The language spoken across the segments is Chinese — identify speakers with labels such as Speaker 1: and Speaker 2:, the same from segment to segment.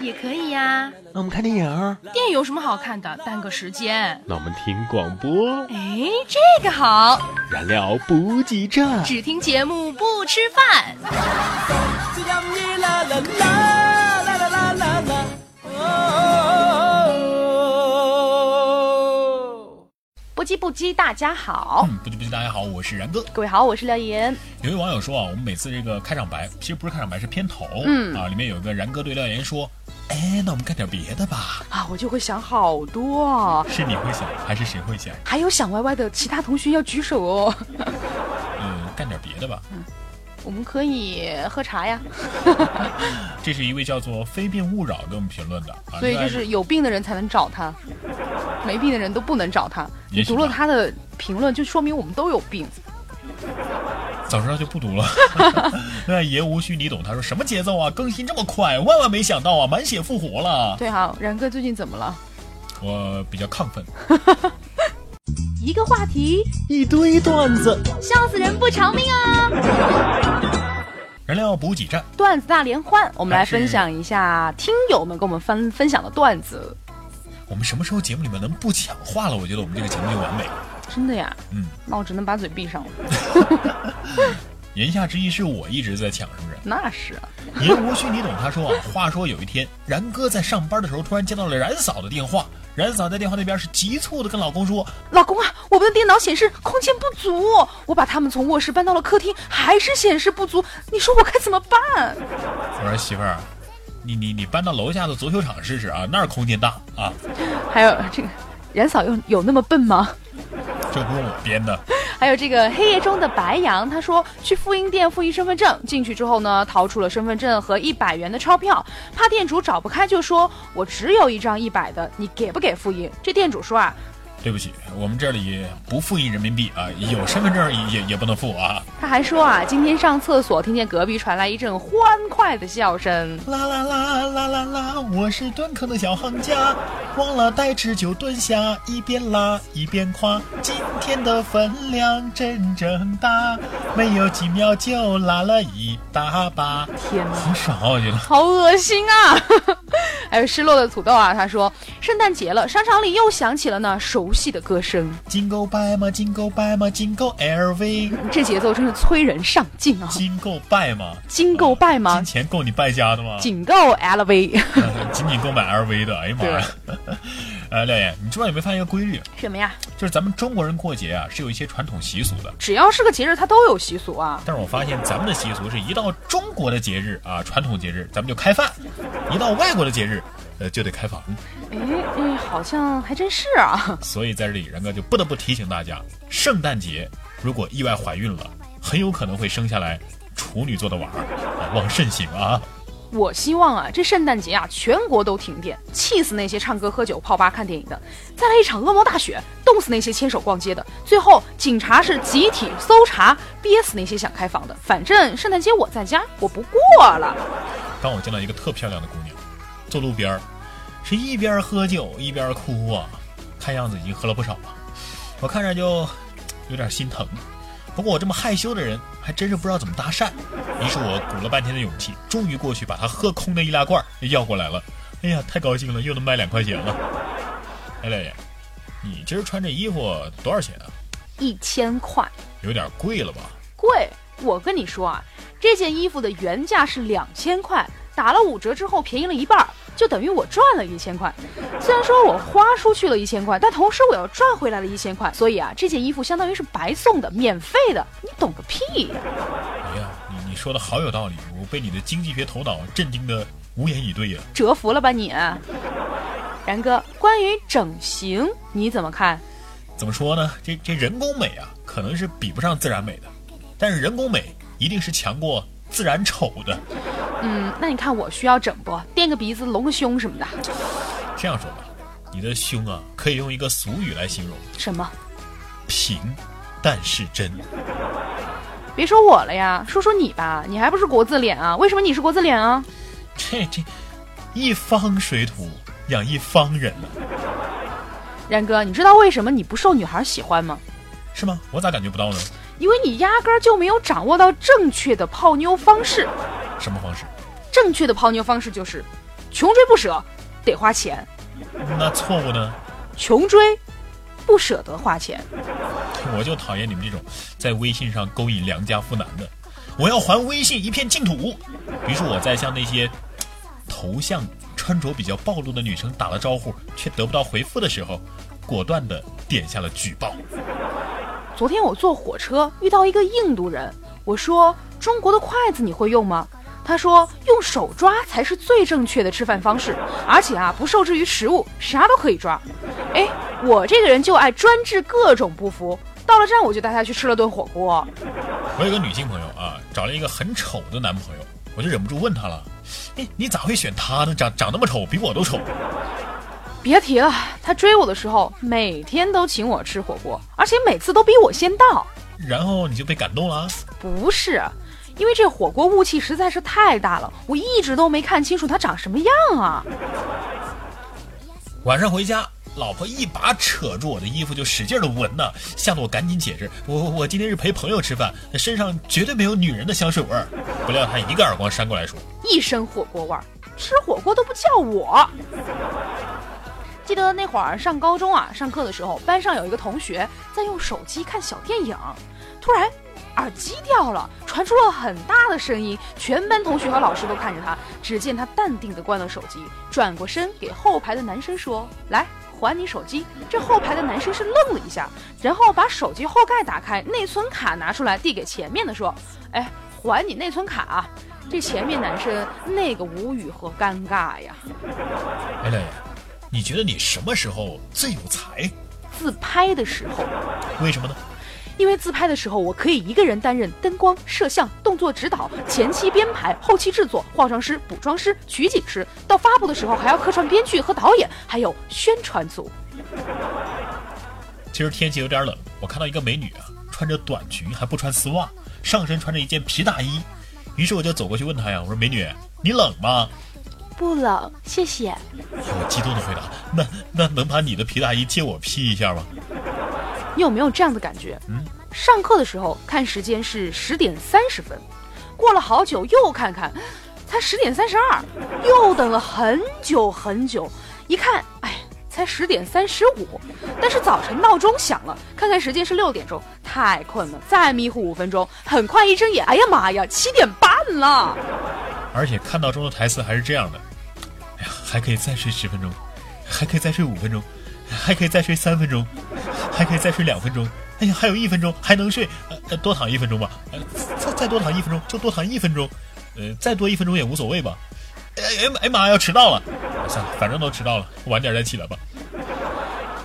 Speaker 1: 也可以呀、
Speaker 2: 那我们看电影儿。
Speaker 1: 电影有什么好看的？耽搁时间。
Speaker 2: 那我们听广播。
Speaker 1: 哎，这个好，
Speaker 2: 燃料补给站。
Speaker 1: 只听节目不吃饭。
Speaker 3: 不羁不羁，大家好，
Speaker 2: 嗯，不急不急，大家好，我是然哥。
Speaker 3: 各位好，我是廖岩。
Speaker 2: 有位网友说啊，我们每次这个开场白，其实不是开场白，是片头。
Speaker 3: 嗯
Speaker 2: 啊，里面有一个然哥对廖岩说：“哎，那我们干点别的吧。
Speaker 3: 啊，我就会想好多啊”，
Speaker 2: 是你会想，还是谁会想？
Speaker 3: 还有想歪歪的其他同学要举手哦。
Speaker 2: 嗯，干点别的吧。
Speaker 3: 我们可以喝茶呀，
Speaker 2: 这是一位叫做“非病勿扰”给我们评论的啊。
Speaker 3: 所以
Speaker 2: 另外
Speaker 3: 就
Speaker 2: 一位
Speaker 3: 是有病的人才能找他，没病的人都不能找他。
Speaker 2: 也
Speaker 3: 你
Speaker 2: 许
Speaker 3: 读了
Speaker 2: 吧
Speaker 3: 他的评论，就说明我们都有病。
Speaker 2: 早知道就不读了。 那言无需你懂，他说什么节奏啊？更新这么快，万万没想到啊，满血复活了。
Speaker 3: 对哈、然哥最近怎么了？
Speaker 2: 我比较亢奋，
Speaker 3: 一个话题，
Speaker 2: 一堆段子，
Speaker 3: 笑死人不偿命啊！
Speaker 2: 燃料补给站。
Speaker 3: 段子大联欢，我们
Speaker 2: 还
Speaker 3: 来
Speaker 2: 是
Speaker 3: 分享一下听友们跟我们分分享的段子。
Speaker 2: 我们什么时候节目里面能不讲话了？我觉得我们这个节目就完美了。
Speaker 3: 真的呀，
Speaker 2: 嗯，
Speaker 3: 那我只能把嘴闭上了。
Speaker 2: 言下之意是我一直在抢，是不是？
Speaker 3: 那是啊，
Speaker 2: 言无需你懂。他说啊，话说有一天，然哥在上班的时候突然接到了然嫂的电话，然嫂在电话那边是急促的跟老公说，
Speaker 3: 老公啊，我们的电脑显示空间不足，我把他们从卧室搬到了客厅，还是显示不足，你说我该怎么办？
Speaker 2: 我说媳妇儿，你你你搬到楼下的足球场试试啊，那儿空间大啊，
Speaker 3: 还有这个，冉嫂有有那么笨吗？
Speaker 2: 这不是我编的。
Speaker 3: 还有这个黑夜中的白羊，他说去复印店复印身份证，进去之后呢，掏出了身份证和一百元的钞票，怕店主找不开，就说我只有一张一百的，你给不给复印？这店主说啊，
Speaker 2: 对不起，我们这里不复印人民币啊，有身份证也也不能付啊。
Speaker 3: 他还说啊，今天上厕所听见隔壁传来一阵欢快的笑声，
Speaker 2: 啦啦啦啦啦啦，我是蹲坑的小行家，忘了带纸就蹲下，一边拉一边夸，今天的分量真正大，没有几秒就拉了一大把，
Speaker 3: 天哪！
Speaker 2: 好爽啊，我觉得。
Speaker 3: 好恶心啊！还有失落的土豆啊，他说圣诞节了，商场里又响起了那熟悉的歌声，
Speaker 2: 金钩拜吗？金钩拜吗？金钩 LV，
Speaker 3: 这节奏真是催人上劲啊！
Speaker 2: 金够拜吗？
Speaker 3: 金够拜吗
Speaker 2: 金？钱够你败家的吗？
Speaker 3: 仅够 LV
Speaker 2: 仅仅购买 LV 的，哎呀妈呀！ 呃，廖岩，你知道有没有发现一个规律？
Speaker 3: 什么呀？
Speaker 2: 就是咱们中国人过节啊，是有一些传统习俗的。
Speaker 3: 只要是个节日，它都有习俗啊。
Speaker 2: 但是我发现咱们的习俗是一到中国的节日啊，传统节日咱们就开饭；一到外国的节日，呃，就得开房。
Speaker 3: 哎哎，好像还真是啊。
Speaker 2: 所以在这里，然哥就不得不提醒大家，圣诞节如果意外怀孕了，很有可能会生下来处女座的娃儿，啊，望慎行啊！
Speaker 3: 我希望啊，这圣诞节啊，全国都停电，气死那些唱歌、喝酒、泡吧、看电影的；再来一场鹅毛大雪，冻死那些牵手逛街的；最后警察是集体搜查，憋死那些想开房的。反正圣诞节我在家，我不过了。
Speaker 2: 当我见到一个特漂亮的姑娘，坐路边儿，是一边喝酒一边哭啊，看样子已经喝了不少了，我看着就嘖有点心疼。不过我这么害羞的人，还真是不知道怎么搭讪。于是我鼓了半天的勇气，终于过去把她喝空的易拉罐儿要过来了。哎呀，太高兴了，又能卖两块钱了。哎，廖爷，你今儿穿这衣服多少钱啊？
Speaker 3: 一千块
Speaker 2: 有点贵了吧？
Speaker 3: 贵，我跟你说啊，这件衣服的原价是两千块，打了五折之后便宜了一半儿，就等于我赚了一千块。虽然说我花出去了一千块，但同时我又赚回来了一千块，所以啊，这件衣服相当于是白送的，免费的，你懂个屁呀、
Speaker 2: 哎呀，你你说的好有道理，我被你的经济学头脑震惊的无言以对呀、
Speaker 3: 折服了吧你？ 然哥，关于整形你怎么看？
Speaker 2: 怎么说呢？这这人工美啊，可能是比不上自然美的，但是人工美一定是强过自然丑的。
Speaker 3: 嗯，那你看我需要整不？垫个鼻子、隆个胸什么的？
Speaker 2: 这样说吧，你的胸啊，可以用一个俗语来形容：
Speaker 3: 什么？
Speaker 2: 平，但是真。
Speaker 3: 别说我了呀，说说你吧，你还不是国字脸啊？为 什么你是国字脸啊？
Speaker 2: 这这一方水土养一方人呢、
Speaker 3: 然哥，你知道为什么你不受女孩喜欢吗？
Speaker 2: 是吗？我咋感觉不到呢？
Speaker 3: 因为你压根儿就没有掌握到正确的泡妞方式。
Speaker 2: 什么方式？
Speaker 3: 正确的泡妞方式就是，穷追不舍，得花钱；
Speaker 2: 那错误呢？
Speaker 3: 穷追，不舍得花钱。
Speaker 2: 我就讨厌你们这种在微信上勾引良家妇男的。我要还微信一片净土。于是我在向那些嘖头像穿着比较暴露的女生打了招呼，却得不到回复的时候，果断的点下了举报。
Speaker 3: 昨天我坐火车遇到一个印度人，我说中国的筷子你会用吗？他说用手抓才是最正确的吃饭方式，而且啊不受制于食物，啥都可以抓。哎，我这个人就爱专治各种不服。到了站我就带他去吃了顿火锅，
Speaker 2: 我有个女性朋友啊，找了一个很丑的男朋友，我就忍不住问她了：“哎，你咋会选他呢？长长那么丑，比我都丑。
Speaker 3: 别提了，他追我的时候每天都请我吃火锅，而且每次都比我先到。”
Speaker 2: 然后你就被感动了啊。
Speaker 3: 不是，因为这火锅雾气实在是太大了，我一直都没看清楚它长什么样啊。
Speaker 2: 晚上回家，老婆一把扯住我的衣服就使劲的闻呐，吓得我赶紧解释，我我我今天是陪朋友吃饭，身上绝对没有女人的香水味儿。不料她一个耳光扇过来，说
Speaker 3: 一身火锅味儿，吃火锅都不叫我。记得那会儿上高中啊，上课的时候，班上有一个同学在用手机看小电影，突然耳机掉了，传出了很大的声音，全班同学和老师都看着他。只见他淡定地关了手机，转过身给后排的男生说：“来。”还你手机！这后排的男生是愣了一下，然后把手机后盖打开，内存卡拿出来递给前面的说：“哎，还你内存卡啊！”这前面男生那个无语和尴尬呀，：“
Speaker 2: 哎磊，你觉得你什么时候最有才？
Speaker 3: 自拍的时候，
Speaker 2: 为什么呢？
Speaker 3: 因为自拍的时候我可以一个人担任灯光、摄像、动作指导、前期编排、后期制作、化妆师、补妆师、取景师，到发布的时候还要客串编剧和导演，还有宣传组。
Speaker 2: 今儿天气有点冷，我看到一个美女啊，穿着短裙还不穿丝袜，上身穿着一件皮大衣，于是我就走过去问她呀，我说美女，你冷吗？”
Speaker 3: 不冷，谢谢。
Speaker 2: 我激动的回答：“那那能把你的皮大衣借我披一下吗？”
Speaker 3: 你有没有这样的感觉？
Speaker 2: 嗯
Speaker 3: 上课的时候看时间是十点三十分，过了好久又看看，才十点三十二，又等了很久很久，一看，哎，才十点三十五。但是早晨闹钟响了，看看时间是六点钟，太困了，再迷糊五分钟，很快一睁眼，哎呀妈呀，七点半了。
Speaker 2: 而且看到中的台词还是这样的：“哎呀，还可以再睡十分钟，还可以再睡五分钟，还可以再睡三分钟，还可以再睡两分钟。哎呀，还有一分钟还能睡，呃呃，多躺一分钟吧，呃，再再多躺一分钟就多躺一分钟，呃，再多一分钟也无所谓吧。哎哎哎妈呀，要迟到了！算了，反正都迟到了，晚点再起来吧。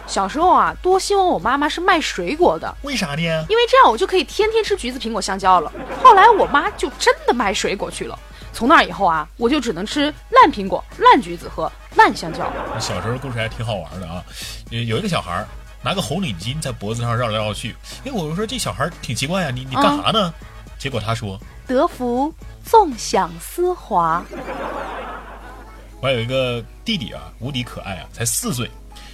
Speaker 3: 小时候啊，多希望我妈妈是卖水果的，
Speaker 2: 为啥呢？
Speaker 3: 因为这样我就可以天天吃橘子、苹果、香蕉了。后来我妈就真的卖水果去了。从那以后啊，我就只能吃烂苹果、烂橘子和烂香蕉。
Speaker 2: 小时候故事还挺好玩的啊，呃有一个小孩儿拿个红领巾在脖子上绕来绕去，哎，我就说这小孩儿挺奇怪呀、啊你你干啥呢？结果他说。
Speaker 3: 德芙纵享丝滑，
Speaker 2: 我还有一个弟弟啊，无敌可爱啊，才四岁。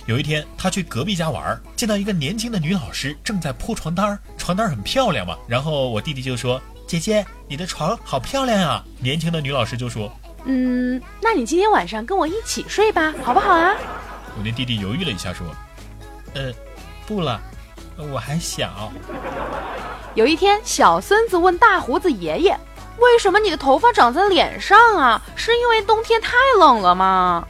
Speaker 2: 有一天，他去隔壁家玩儿，见到一个年轻的女老师正在铺床单儿，床单儿很漂亮嘛。然后我弟弟就说：“姐姐，你的床好漂亮啊！”年轻的女老师就说
Speaker 3: 嗯，那你今天晚上跟我一起睡吧，好不好啊？：“
Speaker 2: 我那弟弟犹豫了一下，说：‘呃，不了，我还啊小。
Speaker 3: 有一天，小孙子问大胡子爷爷：“为什么你的头发长在脸上啊？是因为冬天太冷了吗？”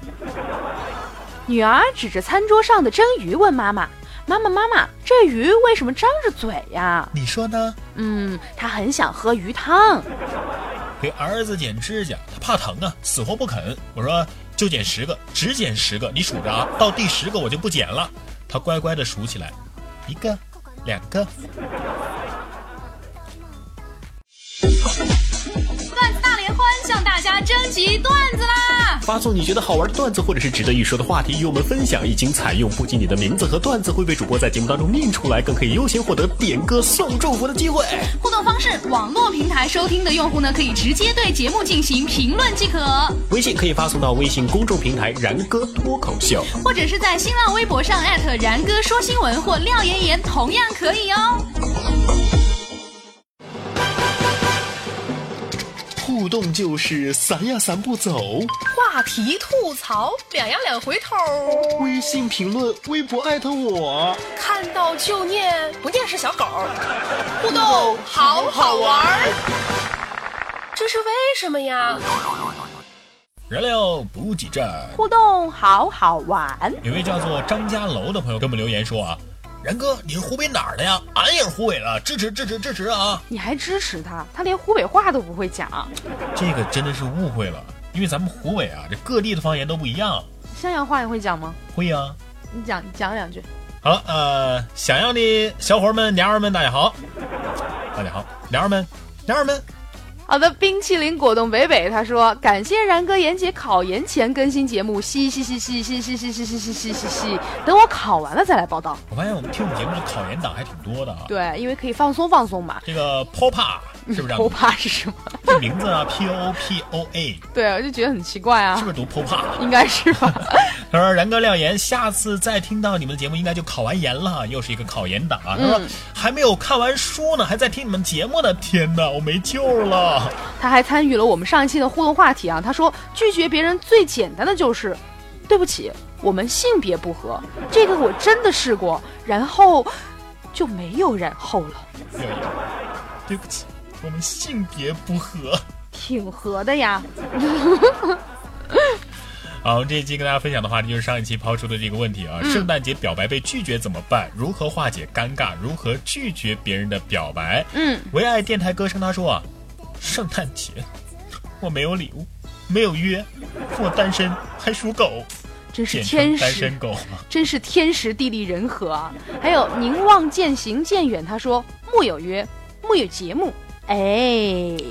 Speaker 3: 女儿指着餐桌上的蒸鱼问妈妈：“妈妈，妈妈，这鱼为什么张着嘴呀？”
Speaker 2: 啊你说呢？
Speaker 3: 嗯，她很想喝鱼汤。
Speaker 2: 给儿子剪指甲，他怕疼啊，死活不肯。我说就剪十个，只剪十个，你数着啊，到第十个我就不剪了。他乖乖的数起来，一个，两个。
Speaker 1: 段子大联欢向大家征集段子啦！
Speaker 2: 发送你觉得好玩的段子或者是值得一说的话题与我们分享。一经采用，不仅你的名字和段子会被主播在节目当中念出来，更可以优先获得点歌送祝福的机会。
Speaker 4: 互动方式：网络平台收听的用户呢，可以直接对节目进行评论即可，
Speaker 2: 微信可以发送到微信公众平台“然哥脱口秀
Speaker 4: 或者是在新浪微博上艾特然哥说新闻或廖妍妍，同样可以哦。”，
Speaker 2: 互动就是散呀散不走，
Speaker 1: 话题吐槽，两呀两回头，
Speaker 2: 微信评论、微博艾特我。
Speaker 1: 看到就念，不念是小狗。互动好好玩儿，这是为什么呀？
Speaker 2: 燃料补给站，
Speaker 3: 互动好好玩。
Speaker 2: 有位叫做张家楼的朋友给我们留言说啊，然哥，你是湖北哪儿的呀？俺也是湖北的，支持支持支持啊！
Speaker 3: 你还支持他？他连湖北话都不会讲。
Speaker 2: 这个真的是误会了，因为咱们湖北啊，这各地的方言都不一样。
Speaker 3: 襄阳话你会讲吗？
Speaker 2: 会呀、啊。
Speaker 3: 你讲讲两句。
Speaker 2: 好了，呃，想要的小伙儿们、娘儿们，大家好，大家好，娘儿们，娘儿们，
Speaker 3: 好的，冰淇淋果冻北北他说：“感谢然哥、妍姐考研前更新节目，嘻嘻嘻嘻嘻嘻嘻嘻嘻嘻嘻嘻，等我考完了再来报道。
Speaker 2: 我发现我们听我们节目的考研党还挺多的啊”。
Speaker 3: 对，因为可以放松放松嘛。
Speaker 2: 这个 popa 是不是这样
Speaker 3: 头
Speaker 2: 读？
Speaker 3: 怕是什么？
Speaker 2: 这名字啊，p o p o a
Speaker 3: 对，我就觉得很奇怪
Speaker 2: 是
Speaker 3: 啊
Speaker 2: 不，是读 popa？
Speaker 3: 应该是吧？
Speaker 2: 他说：“然哥廖岩，下次再听到你们的节目，应该就考完研了，又是一个考研党啊。”他
Speaker 3: 嗯
Speaker 2: 说：“还没有看完书呢，还在听你们节目呢，天哪，我没救了。
Speaker 3: 他还参与了我们上一期的互动话题啊，他说拒绝别人最简单的就是，对不起，我们性别不合，这个我真的试过，然后就没有然后了，”
Speaker 2: 廖岩，对不起，我们性别不合。
Speaker 3: 挺合的呀。
Speaker 2: 好，这一期跟大家分享的话题就是上一期抛出的这个问题啊，
Speaker 3: 嗯
Speaker 2: 圣诞节表白被拒绝怎么办？如何化解尴尬？如何拒绝别人的表白？
Speaker 3: 嗯，
Speaker 2: 唯爱电台歌声他说啊，圣诞节我没有礼物，没有约，我单身还属狗，
Speaker 3: 真
Speaker 2: 简
Speaker 3: 是天
Speaker 2: 称单
Speaker 3: 使
Speaker 2: 身，狗。
Speaker 3: 真是天时地利人和啊！还有凝望渐行渐远，他说木有约，木有节目，哎，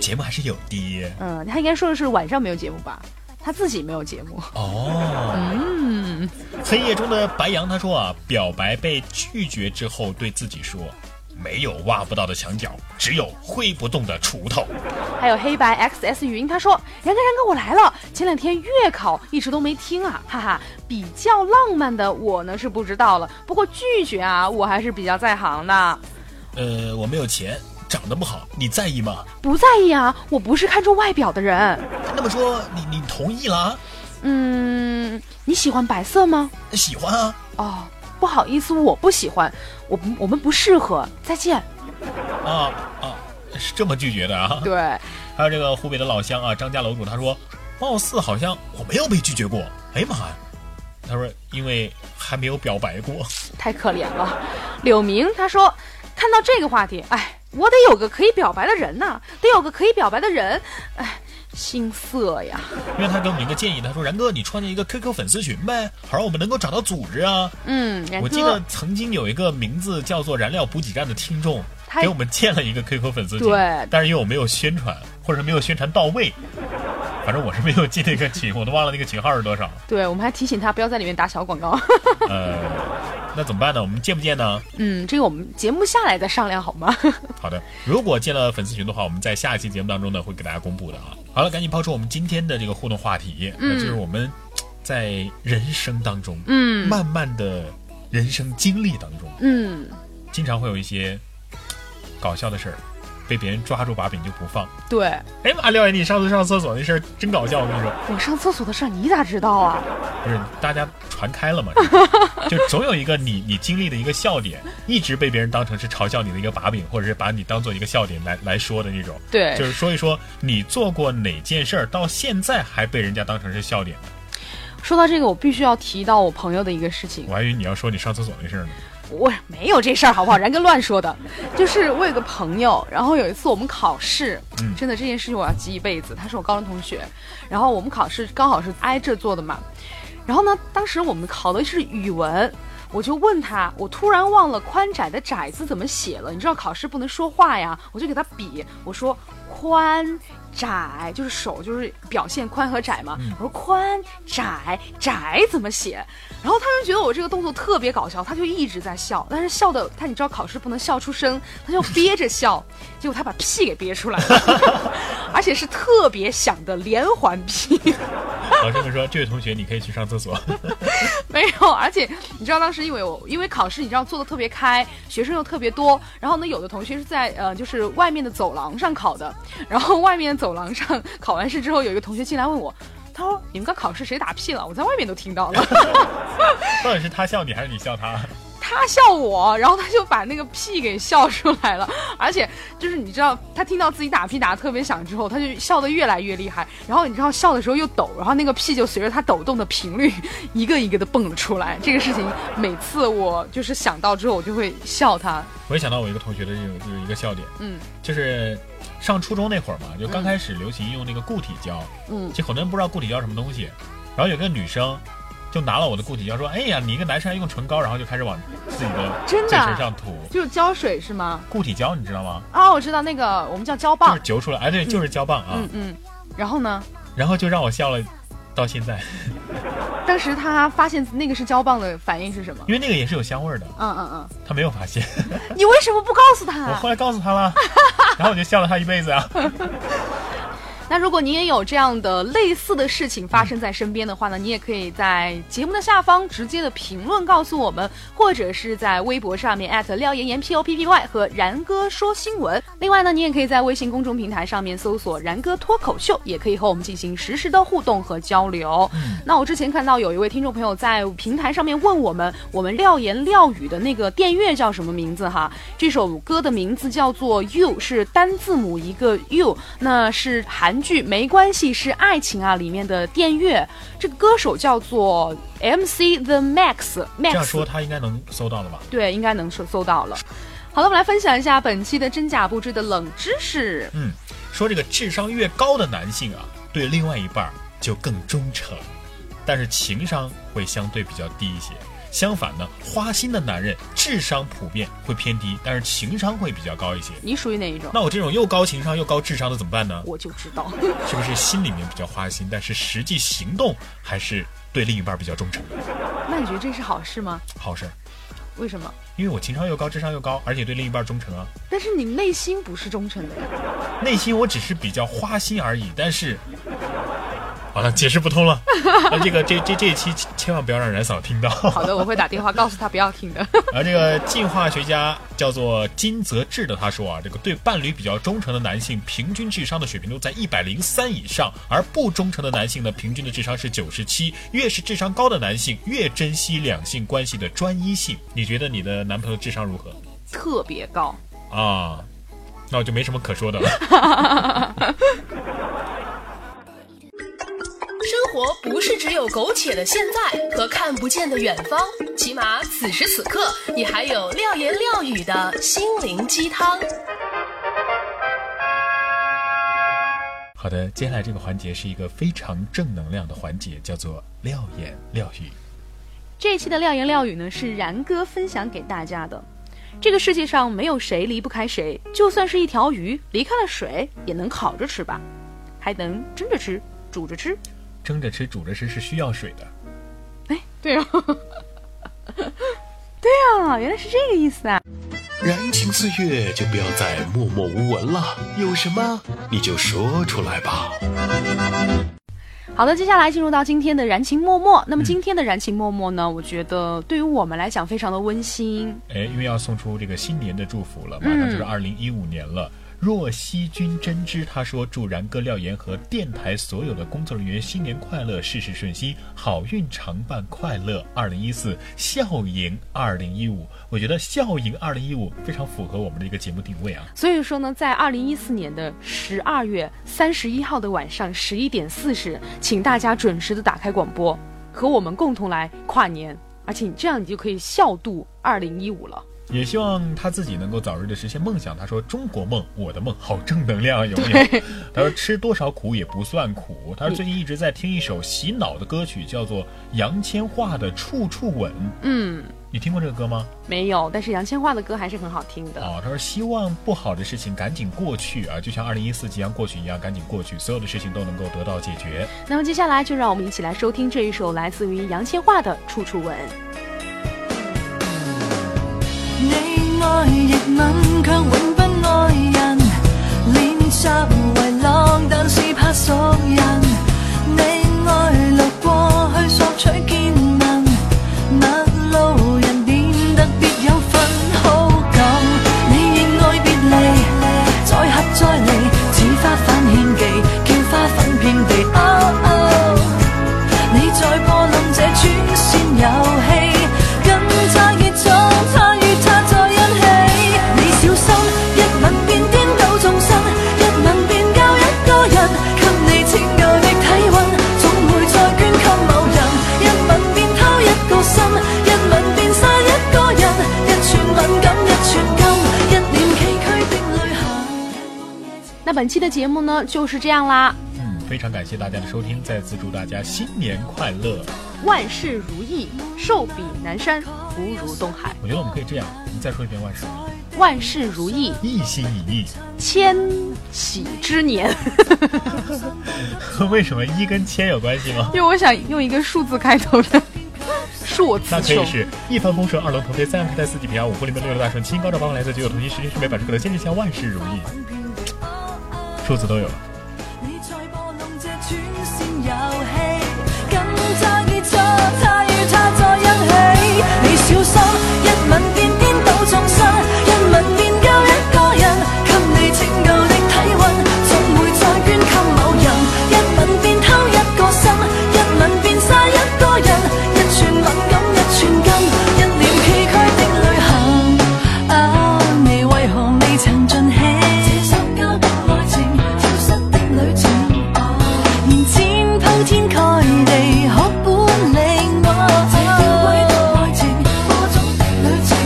Speaker 2: 节目还是有的
Speaker 3: 嗯，他应该说的是晚上没有节目吧？他自己没有节目，
Speaker 2: 哦。
Speaker 3: 嗯，
Speaker 2: 黑夜中的白羊他说啊，表白被拒绝之后，对自己说，没有挖不到的墙角，只有挥不动的锄头。
Speaker 3: 还有黑白 xs 语音，他说：“然哥，然哥，我来了。前两天月考一直都没听啊，哈哈。比较浪漫的我呢是不知道了，不过拒绝啊，我还是比较在行的。
Speaker 2: 呃，我没有钱，长得不好，你在意吗？
Speaker 3: 不在意啊，我不是看重外表的人。
Speaker 2: 那么说，你你同意了啊？
Speaker 3: 嗯，你喜欢白色吗？
Speaker 2: 喜欢啊？
Speaker 3: 哦，不好意思，我不喜欢，我不我们不适合。再见。
Speaker 2: 啊啊，是这么拒绝的啊？
Speaker 3: 对，
Speaker 2: 还有这个湖北的老乡啊，张家楼主他说，貌似好像我没有被拒绝过。哎呀妈呀！他说因为还没有表白过。
Speaker 3: 太可怜了。柳明他说，看到这个话题，哎，我得有个可以表白的人呐、得有个可以表白的人，哎，心塞呀。
Speaker 2: 因为他给我们一个建议，他说然哥，你创建一个 QQ 粉丝群呗，好让我们能够找到组织啊。
Speaker 3: 嗯，然
Speaker 2: 我记
Speaker 3: 哥
Speaker 2: 得，曾经有一个名字叫做“燃料补给站”的听众，
Speaker 3: 他
Speaker 2: 给我们建了一个 QQ 粉丝群，
Speaker 3: 对
Speaker 2: 但是因为我没有宣传，或者是没有宣传到位，反正我是没有进那个群，我都忘了那个群号是多少。
Speaker 3: 对我们还提醒他不要在里面打小广 告。
Speaker 2: 呃，那怎么办呢？我们建不建呢？
Speaker 3: 嗯，这个我们节目下来再商量好吗？
Speaker 2: 好的，如果建了粉丝群的话，我们在下一期节目当中呢会给大家公布的啊。好了，赶紧抛出我们今天的这个互动话题，那就是我们在人生当中，
Speaker 3: 嗯
Speaker 2: 慢慢的人生经历当中，
Speaker 3: 嗯，
Speaker 2: 经常会有一些搞笑的事儿，被别人抓住把柄就不放。
Speaker 3: 对
Speaker 2: 哎呀妈，廖岩，你上次上厕所那事儿真搞笑，我跟你说，
Speaker 3: 我上厕所的事儿你咋知道啊？
Speaker 2: 不是大家传开了嘛，这 个就总有一个你你经历的一个笑点，一直被别人当成是嘲笑你的一个把柄，或者是把你当做一个笑点来来说的那种。
Speaker 3: 对
Speaker 2: 就是说一说你做过哪件事儿，到现在还被人家当成是笑点。
Speaker 3: 说到这个，我必须要提到我朋友的一个事情。
Speaker 2: 我还以为你要说你上厕所那事 儿呢。
Speaker 3: 我没有这事儿，好不好？然哥乱说的，就是我有个朋友，然后有一次我们考试，
Speaker 2: 嗯
Speaker 3: 真的这件事情我要记一辈子。他是我高中同学，然后我们考试刚好是挨着做的嘛，然后呢，当时我们考的是语文。我就问他，我突然忘了宽窄的窄字怎么写了。你知道考试不能说话呀，我就给他比，我说宽窄，就是手就是表现宽和窄嘛。
Speaker 2: 嗯
Speaker 3: 我说宽窄窄怎么写？然后他就觉得我这个动作特别搞笑，他就一直在笑，但是笑的他你知道考试不能笑出声，他就憋着笑，结果他把屁给憋出来了， 而且是特别响的连环屁。
Speaker 2: 老师们说，这位同学你可以去上厕所。
Speaker 3: 没有，而且你知道当时因为我因为考试，你知道做的特别开，学生又特别多，然后呢，有的同学是在呃就是外面的走廊上考的，然后外面的走廊上考完试之后，有一个同学进来问我，他说你们刚考试谁打屁了？我在外面都听到了。
Speaker 2: 到底是他笑你还是你笑他？
Speaker 3: 他笑我，然后他就把那个屁给笑出来了， 而且就是你知道，他听到自己打屁打得特别响之后，他就笑得越来越厉害，然后你知道笑的时候又抖，然后那个屁就随着他抖动的频率一个一个的蹦了出来。这个事情每次我就是想到之后，我就会笑他。
Speaker 2: 我也想到我一个同学的这种就是一个笑点，
Speaker 3: 嗯
Speaker 2: 就是上初中那会儿嘛，就刚开始流行用那个固体胶，
Speaker 3: 嗯
Speaker 2: 就很多人不知道固体胶什么东西，然后有个女生。就拿了我的固体胶说：“哎呀，你一个男生还用唇膏，然后就开始往自己的
Speaker 3: 真的
Speaker 2: 嘴唇上涂
Speaker 3: 就是胶水是吗？
Speaker 2: 固体胶，你知道吗？
Speaker 3: 啊，我知道那个我们叫胶
Speaker 2: 就
Speaker 3: 棒
Speaker 2: 是，揪出来，哎，对，就是胶棒啊。
Speaker 3: 嗯嗯。然后呢，
Speaker 2: 然后就让我笑了，到现在，
Speaker 3: 当时他发现那个是胶棒的反应是什么？
Speaker 2: 因为那个也是有香味儿的，
Speaker 3: 嗯嗯
Speaker 2: 他没有发现。
Speaker 3: 嗯，你为什么不告诉他？啊
Speaker 2: 我后来告诉他了，然后我就笑了他一辈子啊。
Speaker 3: 那如果您也有这样的类似的事情发生在身边的话呢，你也可以在节目的下方直接的评论告诉我们，或者是在微博上面艾特廖妍妍 P O P P Y 和然哥说新闻。另外呢，你也可以在微信公众平台上面搜索“然哥脱口秀”，也可以和我们进行实时的互动和交流。那我之前看到有一位听众朋友在平台上面问我们，我们廖言廖语的那个电乐叫什么名字哈？这首歌的名字叫做《You》，是单字母一个 U，那是韩剧《没关系是爱情啊》里面的电乐，这个歌手叫做 MC The Max
Speaker 2: 这样
Speaker 3: Max
Speaker 2: 说他应该能搜到了吧？
Speaker 3: 对，应该能搜搜到了。好了，我们来分享一下本期的真假不知的冷知识。
Speaker 2: 嗯，说这个智商越高的男性啊，对另外一半儿就更忠诚，但是情商会相对比较低一些。相反呢，花心的男人智商普遍会偏低，但是情商会比较高一些。
Speaker 3: 你属于哪一种？
Speaker 2: 那我这种又高情商又高智商的怎么办呢？
Speaker 3: 我就知道。
Speaker 2: 是不是心里面比较花心，但是实际行动还是对另一半比较忠诚？
Speaker 3: 那你觉得这是好事吗？
Speaker 2: 好事儿，
Speaker 3: 为什么？
Speaker 2: 因为我情商又高，智商又高，而且对另一半忠诚啊。
Speaker 3: 但是你内心不是忠诚的呀。
Speaker 2: 内心我只是比较花心而已，但是，完了解释不通了。啊，这个这这这一期千万不要让冉嫂听到。
Speaker 3: 好的，我会打电话告诉他不要听 的。
Speaker 2: 而这个进化学家叫做金泽志的，他说啊，这个对伴侣比较忠诚的男性，平均智商的水平都在一百零三以上，而不忠诚的男性呢，平均的智商是九十七。越是智商高的男性，越珍惜两性关系的专一性。你觉得你的男朋友智商如何
Speaker 3: 特别高，
Speaker 2: 啊？那我就没什么可说的了。
Speaker 1: 生活不是只有苟且的现在和看不见的远方，起码此时此刻，你还有廖言廖语的心灵鸡汤。
Speaker 2: 好的，接下来这个环节是一个非常正能量的环节，叫做廖言廖语。
Speaker 3: 这一期的廖言廖语呢，是然哥分享给大家的。这个世界上没有谁离不开谁，就算是一条鱼离开了水，也能烤着吃吧，还能蒸着吃、煮着吃。
Speaker 2: 蒸着吃、煮着吃是需要水的。
Speaker 3: 哎，对哦， 对哦，原来是这个意思啊！
Speaker 5: 燃情岁月就不要再默默无闻了，有什么你就说出来吧。
Speaker 3: 好的，接下来进入到今天的燃情脉脉。那么今天的燃情脉脉呢，我觉得对于我们来讲非常的温馨。
Speaker 2: 哎，因为要送出这个新年的祝福了，马上就是二零一五年了。若曦君真知他说：“祝然哥、廖岩和电台所有的工作人员新年快乐，事事顺心，好运常伴，快乐二零一四，笑迎二零一五。”我觉得“笑迎二零一五”非常符合我们的一个节目定位啊。
Speaker 3: 所以说呢，在二零一四年的十二月三十一号的晚上十一点四十，请大家准时的打开广播，和我们共同来跨年。而且你这样，你就可以笑度二零一五了。
Speaker 2: 也希望他自己能够早日的实现梦想。他说：“中国梦，我的梦，好正能量啊，有没有？”他说：“吃多少苦也不算苦。”他说：“最近一直在听一首洗脑的歌曲，叫做杨千嬅的《处处吻》。”
Speaker 3: 嗯，
Speaker 2: 你听过这个歌吗？
Speaker 3: 没有，但是杨千嬅的歌还是很好听的。
Speaker 2: 啊，他说希望不好的事情赶紧过去啊，就像二零一四即将过去一样，赶紧过去，所有的事情都能够得到解决。
Speaker 3: 那么接下来就让我们一起来收听这一首来自于杨千嬅的《处处吻》。
Speaker 6: 你爱亦吻，却永不爱人。练习为浪，但是怕索人。你爱路过去索取见闻，陌路人变得别有份好感。你亦爱别离，再合再离，似花瓣献技，叫花粉遍地。哦哦。你在破弄這穿線遊戲，跟他結束，他與他在一起。你小心，一吻便顛倒眾生，一吻便交一個人，給你切牛的體温，總會再捐給某人。一吻便偷一個心，一吻便殺一個人，一寸敏感一寸金，一臉崎嶇的旅行。
Speaker 3: 那本期的节目呢就是这样啦，
Speaker 2: 嗯，非常感谢大家的收听，再次祝大家新年快乐。
Speaker 3: 万事如意，寿比南山，福如东海，
Speaker 2: 我觉得我们可以这样，我们再说一遍万事如
Speaker 3: 万事如意，
Speaker 2: 意，一心一意。
Speaker 3: 千禧之年。
Speaker 2: 为什么一跟千有关系吗？
Speaker 3: 因为我想用一个数字开头的恕我
Speaker 2: 那
Speaker 3: 词
Speaker 2: 可以
Speaker 3: 穷。
Speaker 2: 是一帆风顺，二龙腾飞，三阳开泰，四季平安，五福临门，六六大顺，七星高照，八方来财，九九同心，十全十美，百事可乐，千里祥，万事如意，数字都有了。
Speaker 6: 你在播弄这串线游戏，跟他结束，他与他在一起。你小心，一吻便顛倒眾生，一吻便交一個人，給你拯救的體温，總會再捐給某人。一吻便偷一個心，一吻便殺一個人，一寸敏感一寸金，一臉崎嶇的旅行。啊，你為何未曾盡興？這相交的愛情，消失的旅程，然展鋪天蓋地，學本領。我這高貴的愛情，播種的旅程，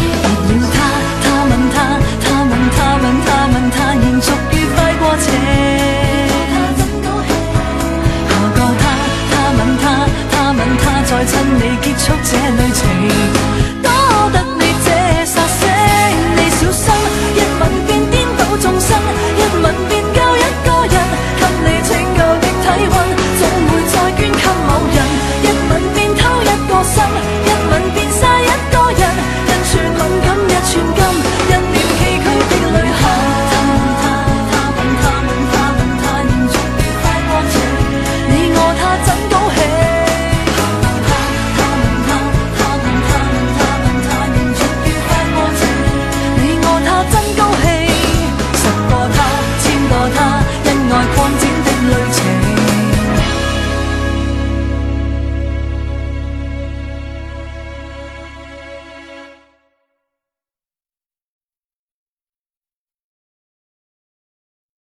Speaker 6: 熱了他，他吻他，他吻他，吻他，吻他，延續愉快過程。下個他，他吻他，他吻他，再親你結束這旅